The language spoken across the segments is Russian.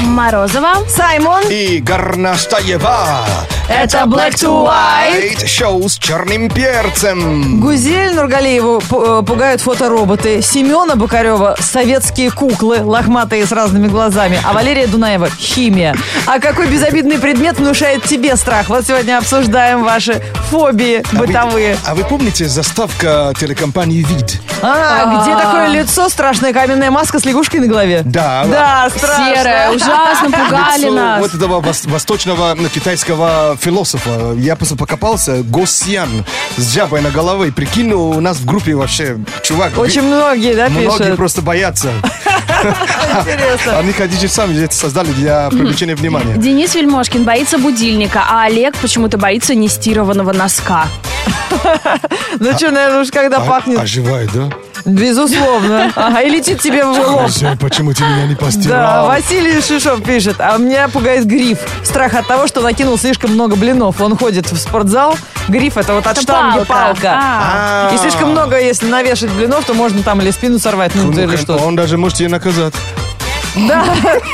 Морозова. Саймон. И Горнастаева. Это Black to White. Шоу с черным перцем. Гузель Нургалиеву пу- э, пугают фотороботы. Семена Бокарева – советские куклы, лохматые с разными глазами. А Валерия Дунаева – химия. А какой безобидный предмет внушает тебе страх? Вот сегодня обсуждаем ваши фобии А вы- бытовые. А вы помните заставка телекомпании «Вид»? А, где такое лицо, страшная каменная маска с лягушкой на голове? Да. Да, страшно. Серая, ужасно пугали Лицо нас. Вот этого вос- восточного ну, китайского философа. Я просто покопался. Госян с жабой на голове. Прикинь, у нас в группе вообще, чувак, ви- Очень многие, да, многие пишут? просто боятся. Интересно. Они ходите сами это создали для привлечения внимания. Денис Вельмошкин боится будильника, а Олег почему-то боится нестированного носка. Ну что, наверное, уж А, когда пахнет. Оживает, да? Безусловно. Ага, и летит тебе в лоб. Хозяин, Почему ты меня не Да, постирал? Василий Шишов пишет, а меня пугает гриф. Страх от того, что накинул слишком много блинов. Он ходит в спортзал, гриф это вот от Это штанги палка. А. А. И слишком много, если навешать блинов, то можно там или спину сорвать, ну, Ну, или конечно, что. Он даже может ее наказать. Да,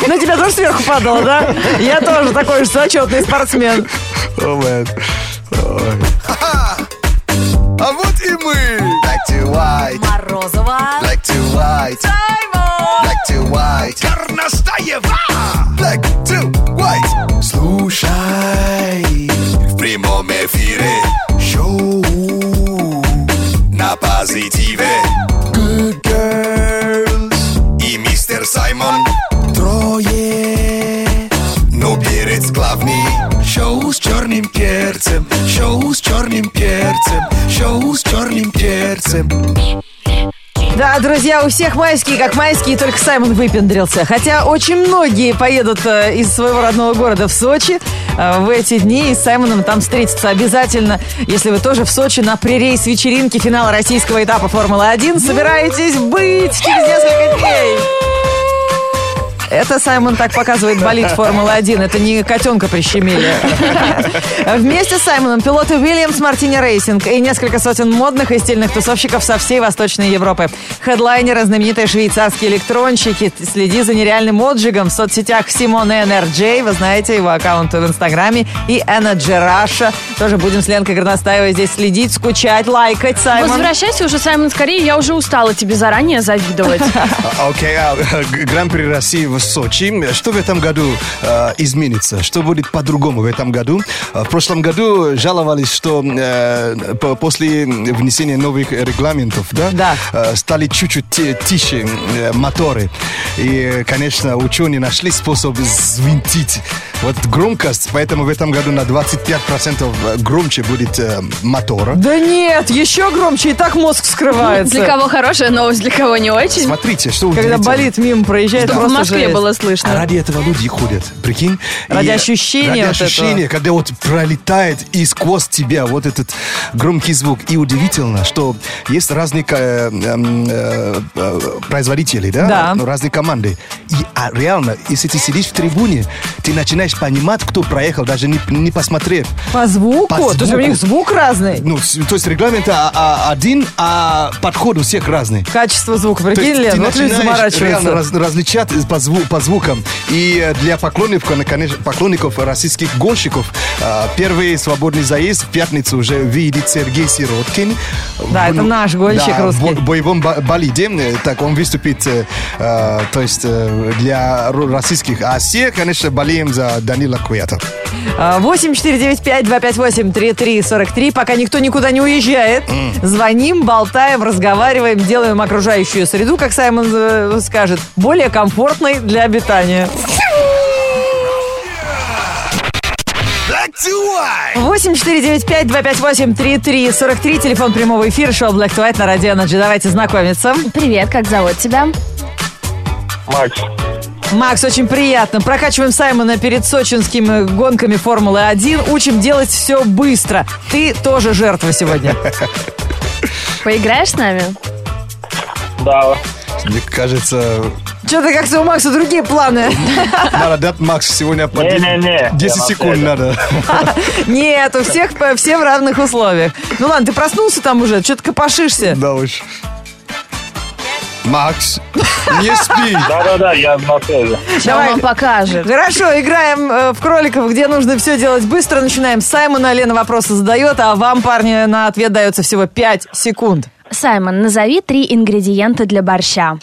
на тебя тоже сверху падало, да? Я тоже такой же зачетный спортсмен. О, мэн. Ой. А вот и мы! Black to white, Морозова. black to white, black to white. Горностаева! Black to white. Слушай, в прямом эфире шоу на позитиве. Good girls и мистер Саймон. Трое, но перец главный. Шоу с черным перцем, шоу с черным перцем, шоу с черным перцем. Да, друзья, у всех майские, как майские, только Саймон выпендрился. Хотя очень многие поедут э, из своего родного города в Сочи э, в эти дни и с Саймоном там встретятся обязательно. Если вы тоже в Сочи на пререйс вечеринки финала российского этапа Формулы-1 собираетесь быть через несколько дней. Это Саймон так показывает болит Формулы-1. Это не котенка прищемили. Вместе с Саймоном пилоты Уильямс Мартини Рейсинг и несколько сотен модных и стильных тусовщиков со всей Восточной Европы. Хедлайнеры, знаменитые швейцарские электронщики. Следи за нереальным отжигом в соцсетях Симон NRJ. Вы знаете его аккаунты в Инстаграме. И Energy Russia. Тоже будем с Ленкой Горностаевой здесь следить, скучать, лайкать, Саймон. Возвращайся уже, Саймон, скорее, я уже устала тебе заранее завидовать. А, Окей, а г- Гран-при России в Сочи. Что в этом году э, изменится? Что будет по-другому в этом году? А, В прошлом году жаловались, что э, по- после внесения новых регламентов, да, Да. э, стали чуть-чуть те- тише э, моторы. И, э, конечно, ученые нашли способ звинтить вот громкость, поэтому в этом году на 25% громче будет э, мотора. Да нет, еще громче, и так мозг вскрывается. Для кого хорошая новость, для кого не очень. Смотрите, что Когда удивительно. болит мимо проезжает, Чтобы в просто Москве жесть. было А слышно. ради этого люди ходят, прикинь. Э. Ради И ощущения Ради вот ощущения, когда вот пролетает и сквозь тебя вот этот громкий звук. И удивительно, что есть разные ка- э, эм, э, э, производители, да? Да. Ну, Разные команды. И а реально, если ты сидишь в трибуне, ты начинаешь понимать, кто проехал, даже не, не посмотрев. По звуку? По То есть у звуку. них звук разный? Ну, с- то есть регламент а- а- один, а подход у всех разный. Качество звука, То прикинь, есть Лен, ты вот люди начинаешь заморачиваются. реально раз- различать по, зву- по звукам. И э, для поклонников, на- конечно, поклонников российских гонщиков э, первый свободный заезд в пятницу уже выйдет Сергей Сироткин. ну, Да, это наш гонщик да, русский. В бо- боевом ба- болиде. Э, Так, он выступит э, э, то есть, э, для ру- российских. А все, конечно, болеем за Данила Куята. А, 8495-258-3343. Пока никто никуда не уезжает. Звоним, болтаем, разговариваем, делаем окружающую среду, как Саймон э, скажет, более комфортной для обитания. 8495-258-3343. Телефон прямого эфира, шоу Black to White на радио Energy. Давайте знакомиться. Привет, как зовут тебя? Макс, Макс, очень приятно. Прокачиваем Саймона перед сочинскими гонками Формулы-1. Учим делать все быстро. Ты тоже жертва сегодня. Поиграешь с нами? да, Мне кажется, Что-то как-то у Макса другие планы. надо дать Макс сегодня по Не-не-не, 10 я секунд вообще- надо. Нет, у всех по всем равных условиях. Ну ладно, ты проснулся там уже, что-то копошишься. Да уж. Макс, не спи. Да-да-да, я на связи. Сейчас он вам покажет. Хорошо, играем э, в кроликов, где нужно все делать быстро. Начинаем с Саймона. Лена вопросы задает, а вам, парни, на ответ дается всего 5 секунд. Саймон, назови три ингредиента для борща.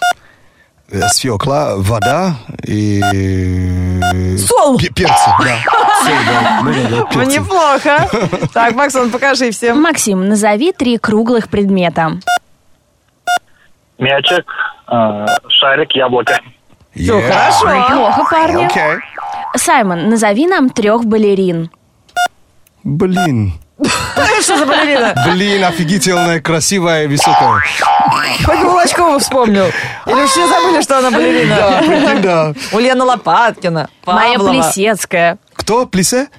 Э, Свекла, вода и... э, Сол! пе- Перцы, да. Соль, да. Ну, да, да, Ну, перцы. Неплохо. Так, Максон, покажи всем. Максим, назови три круглых предмета. Мячик, э, шарик, яблоко. Все, Yeah. хорошо. Плохо, парни. А? Окей. Саймон, назови нам трех балерин. Блин. Что за балерина? Блин, офигительная, красивая, высокая. Хоть бы Волочкова вспомнил. Или все забыли, что она балерина? Прикинь, да. У Лены Лопаткина, Моя Павлова. Плесецкая. Кто? Плесе?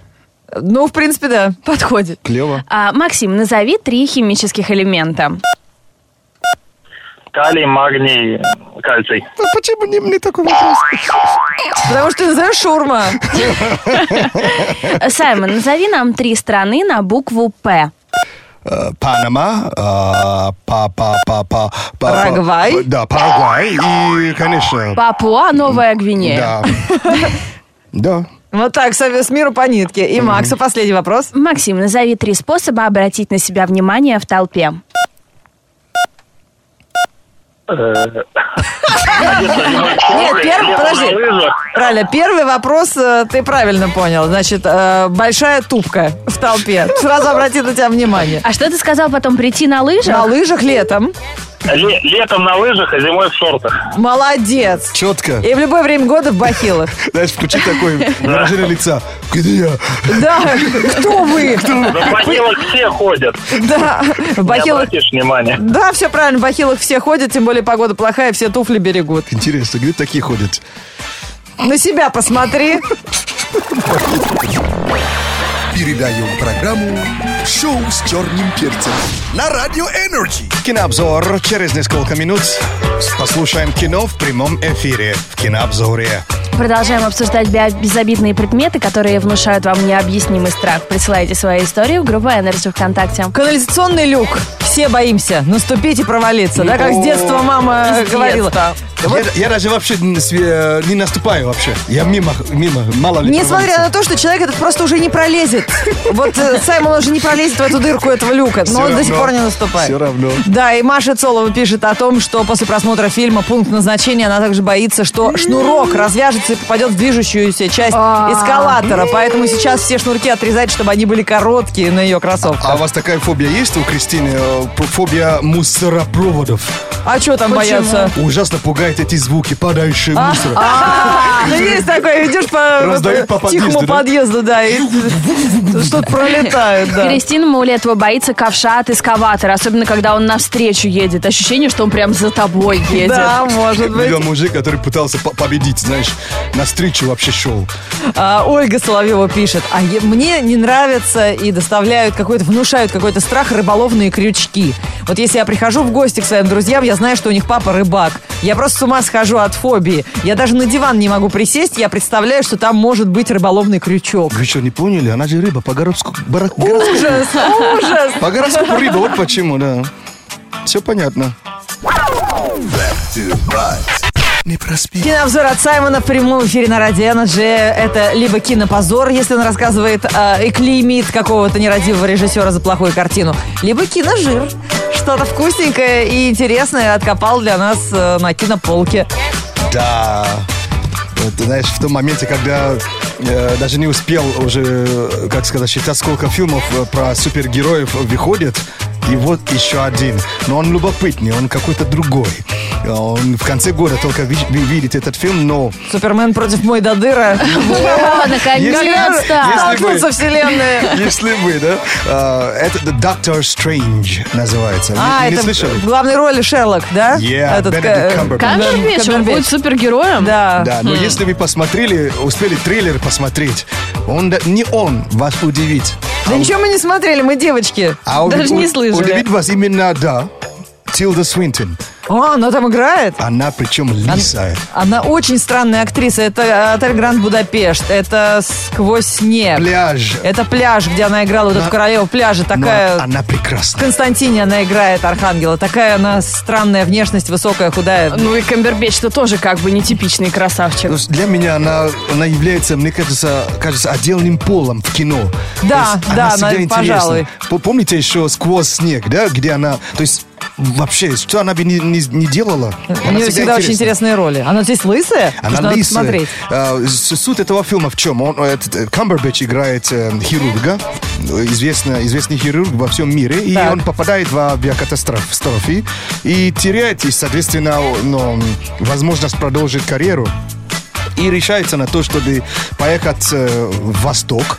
Ну, в принципе, да, подходит. Клево. А, Максим, назови три химических элемента. Калий, магний, кальций. Ну, почему не мне такой вопрос? Потому что ты назовешь шурма. Э, Саймон, назови нам три страны на букву «П». Э, Панама, uh, э, па па па па па- па- Парагвай? Да, Парагвай и, конечно, Папуа, Новая Гвинея. да. Да. Вот так, с миру по нитке. И Максу последний вопрос. Максим, назови три способа обратить на себя внимание в толпе. Э, Нет, первый, подожди. лыжах. Правильно, первый вопрос э, ты правильно понял. Значит, э, большая тупка в толпе. Сразу обрати на тебя внимание. А что ты сказал потом прийти на лыжах? На лыжах летом. Ле- летом на лыжах, а зимой в шортах. Молодец. Четко. И в любое время года в бахилах. Знаешь, включи такое выражение лица. Где я? Да, кто вы? На могилах все ходят. Да, в Не бахилах. обратишь внимания. Да, все правильно, в бахилах все ходят, тем более погода плохая, все туфли берегут. Интересно, где такие ходят? На себя посмотри. Передаем программу «Шоу с черным перцем» на Радио Энерджи. Кинообзор через несколько минут. Послушаем кино в прямом эфире в кинообзоре. Продолжаем обсуждать бя- безобидные предметы, которые внушают вам необъяснимый страх. Присылайте свою историю в группу Energy ВКонтакте. Канализационный люк. Все боимся наступить и провалиться. Да, как с детства мама С говорила. детства. Я, я даже вообще не с- э, не наступаю вообще. Я мимо, мимо, мало ли. Несмотря провалится. на то, что человек этот просто уже не пролезет. Вот э, Саймон уже не пролезет в эту дырку этого люка, Всё но он до сих равно. пор не наступает. Всё равно. Да, и Маша Цолова пишет о том, что после просмотра фильма «Пункт назначения» она также боится, что шнурок развяжется и попадет в движущуюся часть эскалатора. Поэтому сейчас все шнурки отрезать, чтобы они были короткие на ее А у кроссовках. вас такая фобия есть у Кристины? Э, п- Фобия мусоропроводов. А что там бояться? Ужасно пугает эти звуки, падающие мусор. А, ну есть такое, идешь Раздают по по тихому подъезду, да? подъезду, да, и что-то пролетает, да. Кристина, мол, этого боится ковша от эскаватора, особенно когда он навстречу едет. Ощущение, что он прям за тобой едет. Да, может быть. Видел мужик, который пытался по- победить, знаешь, на встречу вообще шел. А, Ольга Соловьева пишет, а е- мне не нравятся и доставляют какой-то, внушают какой-то страх рыболовные крючки. Вот если я прихожу в гости к своим друзьям, я знаю, что у них папа рыбак. Я просто с ума схожу от фобии. Я даже на диван не могу присесть, я представляю, что там может быть рыболовный крючок. Вы что, не поняли? Она же рыба по городскому... бара- городскому- Ужас, ужас. По гороскопу рыба, вот почему, да. Все понятно. Не проспи. Кинообзор от Саймона в прямом эфире на Радио Energy. Это либо кинопозор, если он рассказывает э, и клеймит какого-то нерадивого режиссера за плохую картину, либо киножир. Что-то вкусненькое и интересное откопал для нас э, на кинополке. Да. Вот, ты знаешь, в том моменте, когда э, даже не успел уже, э, как сказать, считать, сколько фильмов э, про супергероев выходит, и вот еще один. Но он любопытный, он какой-то другой. Э, Он в конце года только ви- ви- видит этот фильм, но Супермен против мой додыра. О, наконец-то! А, Если- Столкнутся вселенные. если вы, да, э, это The Doctor Strange называется. А, не, не это слышали? в главной роли Шерлок, да? Yeah, Этот, Benedict э, Cumberbatch. Камбербэтч, он Камбербэтч. будет супергероем? Да. Да, но если вы посмотрели, успели трейлер посмотреть, он да- не он вас удивит. Да ничего мы не смотрели, мы девочки. А у- Даже не у- слышали. Удивит вас именно, да, Тилда Свинтон. А, она там играет? Она причем лисая. Она очень странная актриса. Это э, отель Гранд Будапешт. Это сквозь снег. Пляж. Это пляж, где она играла вот эту королеву пляжа. Но Такая... она В прекрасна. Константине она играет Архангела. Такая она странная внешность, высокая, худая. Ну и Камбербэтч-то тоже как бы нетипичный красавчик. То есть Ну, Для меня она, она является, мне кажется, кажется, отдельным полом в кино. Да, То есть да, она всегда она- интересна. пожалуй. П- Помните еще «Сквозь снег», да, где она, то есть вообще, что она бы не, не- не делала, У нее всегда очень интересна. интересные роли. Она здесь лысая? Она Надо лисая. посмотреть. А, с- суть этого фильма в чем? Он, этот, э, Камбербэтч играет э, хирурга, э, известно- известный хирург во всем мире, и Так. он попадает в авиакатастрофы и теряет, и, соответственно, ну, возможность продолжить карьеру. И решается на то, чтобы поехать э, в Восток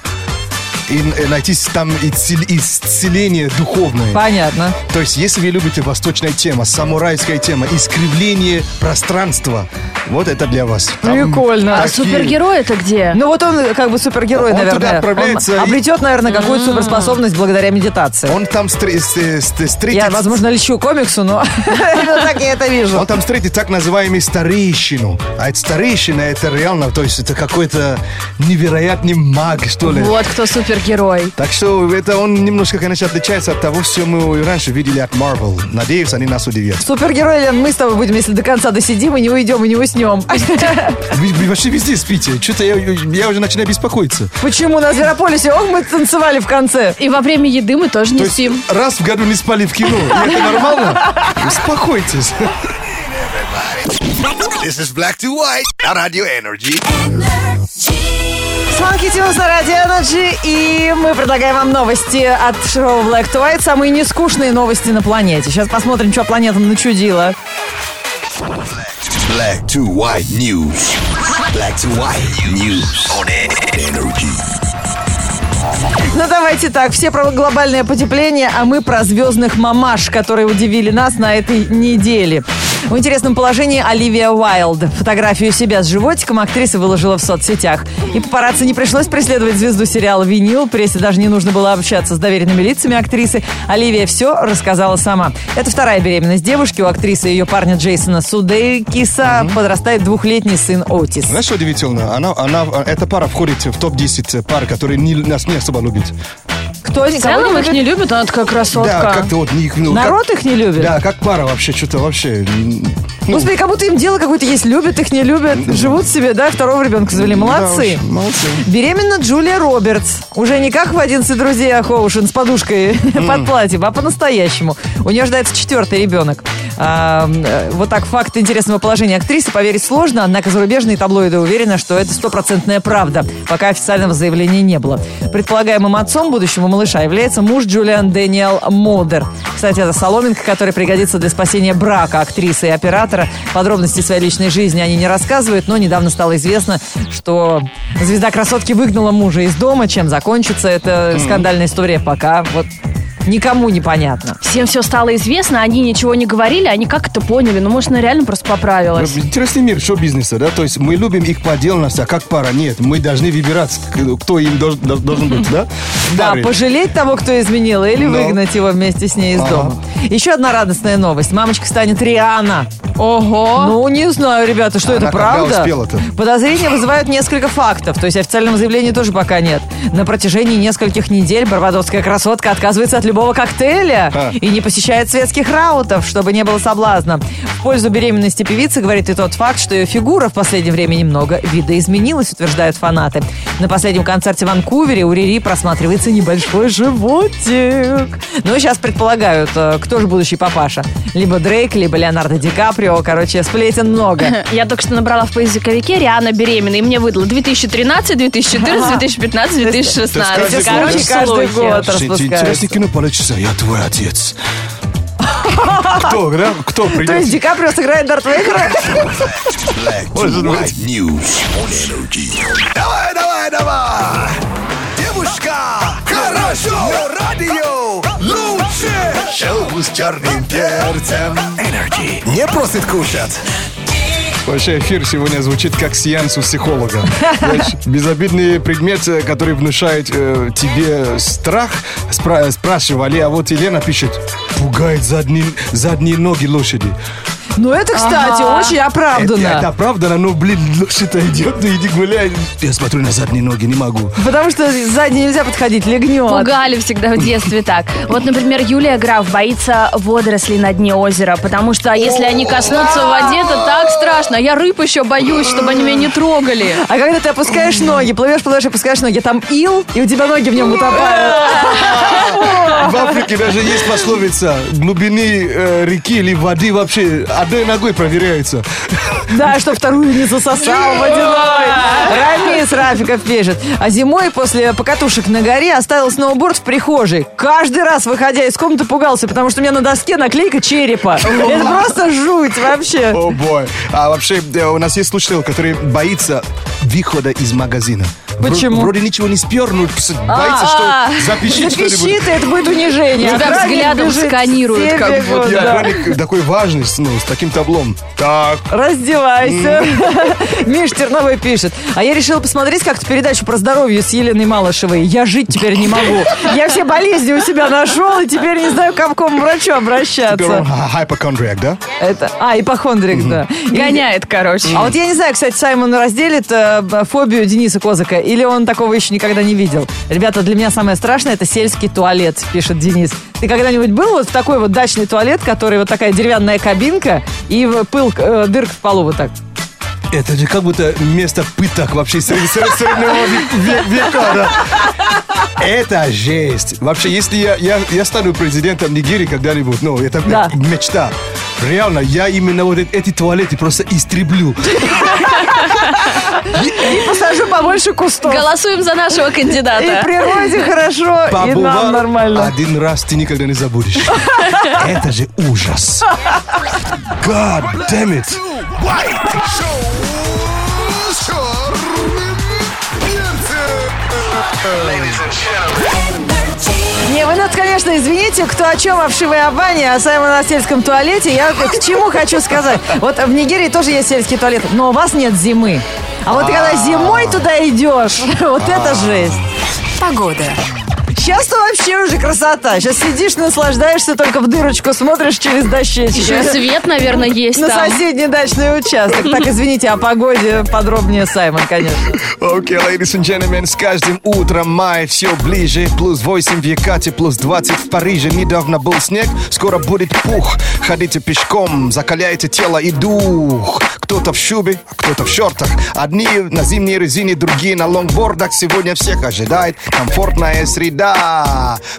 и, э, найти там исцел- исцеление духовное. Понятно. То есть, если вы любите восточная тема, самурайская тема, искривление пространства, вот это для вас. Там Прикольно. А такие- супергерой-то где? Ну вот он как бы супергерой, Он туда наверное. отправляется Он и- М-м. обретет, наверное, какую-то суперспособность благодаря медитации. Он там стр- с- э, с- Я, встретит... возможно, лечу комиксу, но именно так я это Он вижу. там встретит так называемый старейшину. А это старейшина, это реально, то есть это какой-то невероятный маг, что ли. Вот кто супергерой. Так что это он немножко, конечно, отличается от того, что мы раньше видели от Marvel. Надеюсь, они нас удивят. Супергерой, Лен, мы с тобой будем, если до конца досидим и не уйдем, и не уснем. Вы, вы вообще везде спите. Что-то я, я уже начинаю беспокоиться. Почему на Зверополисе? Ох, мы танцевали в конце. И во время еды мы тоже То не есть спим. раз в году не спали в кино. И Это нормально? Успокойтесь. This is Black to White на Radio Energy. Сманки Тюнс на Радио Energy, и мы предлагаем вам новости от шоу Black to White. Самые нескучные новости на планете. Сейчас посмотрим, что планета начудила. Black to White News. Black to White News on Energy. Ну давайте так, все про глобальное потепление, а мы про звездных мамаш, которые удивили нас на этой неделе. В интересном положении Оливия Уайлд. Фотографию себя с животиком актриса выложила в соцсетях. И папарацци не пришлось преследовать звезду сериала «Винил». Прессе даже не нужно было общаться с доверенными лицами актрисы. Оливия все рассказала сама. Это вторая беременность девушки. У актрисы и ее парня Джейсона Судейкиса подрастает двухлетний сын Отис. Ну, Знаешь, что удивительно? Она, она, эта пара входит в топ-10 пар, которые не- нас не особо любят. Кто В никого целом не их любит? не любят, а она такая красотка. Да, как-то вот не их... ну, как- Народ их не любит? Да, как пара вообще, что-то вообще... м, ну, Господи, как будто им дело какое-то есть. Любят их, не любят. Живут себе, да, второго ребенка завели. да Молодцы. уж, молодцы. Беременна Джулия Робертс. Уже не как в 11 друзей Хоушен с подушкой под платьем, а по-настоящему. У нее ждается четвертый ребенок. А, э, вот так факт интересного положения актрисы поверить сложно, однако зарубежные таблоиды уверены, что это стопроцентная правда, пока официального заявления не было. Предполагаемым отцом будущего малыша А является муж Джулиан Дэниел Модер. Кстати, это соломинка, которая пригодится для спасения брака актрисы и оператора. Подробности своей личной жизни они не рассказывают, но недавно стало известно, что звезда красотки выгнала мужа из дома. Чем закончится эта скандальная история, пока вот никому не понятно. Всем все стало известно, они ничего не говорили, они как это поняли. Ну, может, она реально просто поправилась. Интересный мир шоу-бизнеса, да? То есть мы любим их по отдельности, а как пара нет. Мы должны выбирать, к- кто им должен, должен быть, да? Да, Пары. А пожалеть того, кто изменил, или Но. выгнать его вместе с ней из Ага. дома. Еще одна радостная новость. Мамочка станет Риана. Ого! Ну, не знаю, ребята, что это А Она когда правда. успела-то? Подозрения вызывают несколько фактов, то есть официального заявления тоже пока нет. На протяжении нескольких недель барбадосская красотка отказывается от любого коктейля А. и не посещает светских раутов, чтобы не было соблазна. В пользу беременности певицы говорит и тот факт, что ее фигура в последнее время немного видоизменилась, утверждают фанаты. На последнем концерте в Ванкувере у Рири просматривается небольшой животик. Ну, сейчас предполагают, э, кто же будущий папаша. Либо Дрейк, либо Леонардо Ди Каприо. Короче, сплетен много. Я только что набрала в поисковике Риана беременна, и мне выдало 2013, 2014, 2015, 2016. каждый Короче, год, каждый слухи. год. Слушайте, распускается. интересное кино получится. Я твой отец. Кто, да? Кто То есть придет? Ди Каприо сыграет Дарт Вейдера? Black to Может быть. White News on Energy. Давай, давай, давай. Девушка, хорошо, но радио лучше. Шоу с черным перцем. Energy. Не просит кушать. Вообще эфир сегодня звучит как сеанс у психолога. Знаешь, Безобидный предмет, э, который внушает э, тебе страх, спра- спрашивали, а вот Елена пишет, пугает задние, задние ноги лошади. Ну, это, кстати, Ага. очень оправданно. Это, это оправданно, но, ну, блин, лучше-то идет, да иди гуляй. Я смотрю на задние ноги, не могу. Потому что сзади нельзя подходить, легнет. Пугали всегда в детстве так. Вот, например, Юлия Граф боится водорослей на дне озера, потому что если они коснутся в воде, то так страшно. А Я рыб еще боюсь, чтобы они меня не трогали. А когда ты опускаешь ноги, плывешь, плывешь, опускаешь ноги, там ил, и у тебя ноги в нем утопают. В Африке даже есть пословица. Глубины э, реки или воды вообще одной ногой проверяется. Да, что вторую не засосал водяной. Рамис Рафиков пишет. А зимой после покатушек на горе оставил сноуборд в прихожей. Каждый раз, выходя из комнаты, пугался, потому что у меня на доске наклейка черепа. Это просто жуть вообще. О, бой. А вообще, э, у нас есть случай, который боится выхода из магазина. Вро- Почему? А, Вроде ничего не спер, но пс- боится, что запищит что-нибудь. Запищит, и это будет унижение. Тебя Охранник взглядом бежит, сканируют, все как бегут, будто. Я да. охранник такой важный, с- ну, с таким таблом. Так, Раздевайся. Миш Терновой пишет. А я решила посмотреть как-то передачу про здоровье с Еленой Малышевой. Я жить теперь не могу. Я все болезни у себя нашел, и теперь не знаю, к какому врачу теперь он обращаться. ха- хайпохондрик, А, да? Это, а, ипохондрик, да. И- Гоняет, короче. А вот я не знаю, кстати, Саймон разделит э, б- фобию Дениса Козака, или он такого еще никогда не видел. Ребята, для меня самое страшное это сельский туалет, пишет Денис. Ты когда-нибудь был вот в такой вот дачный туалет, который вот такая деревянная кабинка и в- пыл, э, дырка в полу вот так? Это же как будто место пыток вообще сре- сре- среднего ве- ве- века. да. Это жесть. Вообще, если я, я, я стану президентом Нигерии когда-нибудь, ну, это Да. мечта. Реально, я именно вот э- эти туалеты просто истреблю. Посажу побольше кустов. Голосуем за нашего И кандидата. природе хорошо, и Побывал нам нормально. один раз, ты никогда не забудешь. Это же ужас. God damn it. White Show с черным перцем. Не, вы нас, конечно, извините, кто о чем, о вшивой обане, а Саймон на сельском туалете. Я к чему хочу сказать. Вот в Нигерии тоже есть сельский туалет, но у вас нет зимы. А вот когда зимой туда идешь, вот это жесть. Погода. Сейчас то вообще уже красота. Сейчас сидишь, наслаждаешься, только в дырочку смотришь через Еще и дощечки. свет, наверное, есть На там. соседний дачный участок. Так, извините, о погоде подробнее Саймон, конечно. Окей, ladies and gentlemen, с каждым утром мая все ближе. Плюс 8 в Якате, плюс 20 в Париже. Недавно был снег, скоро будет пух. Ходите пешком, закаляйте тело и дух. Кто-то в шубе, а кто-то в шортах. Одни на зимней резине, другие на лонгбордах. Сегодня всех ожидает комфортная среда.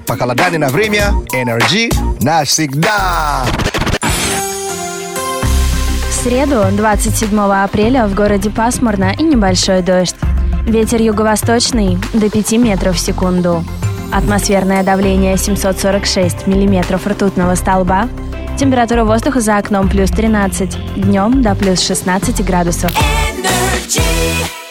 Похолодание на время, энергии навсегда. В среду, 27 апреля, в городе пасмурно и небольшой дождь. Ветер юго-восточный до 5 метров в секунду. Атмосферное давление 746 миллиметров ртутного столба. Температура воздуха за окном плюс 13, днем до плюс 16 градусов. Energy.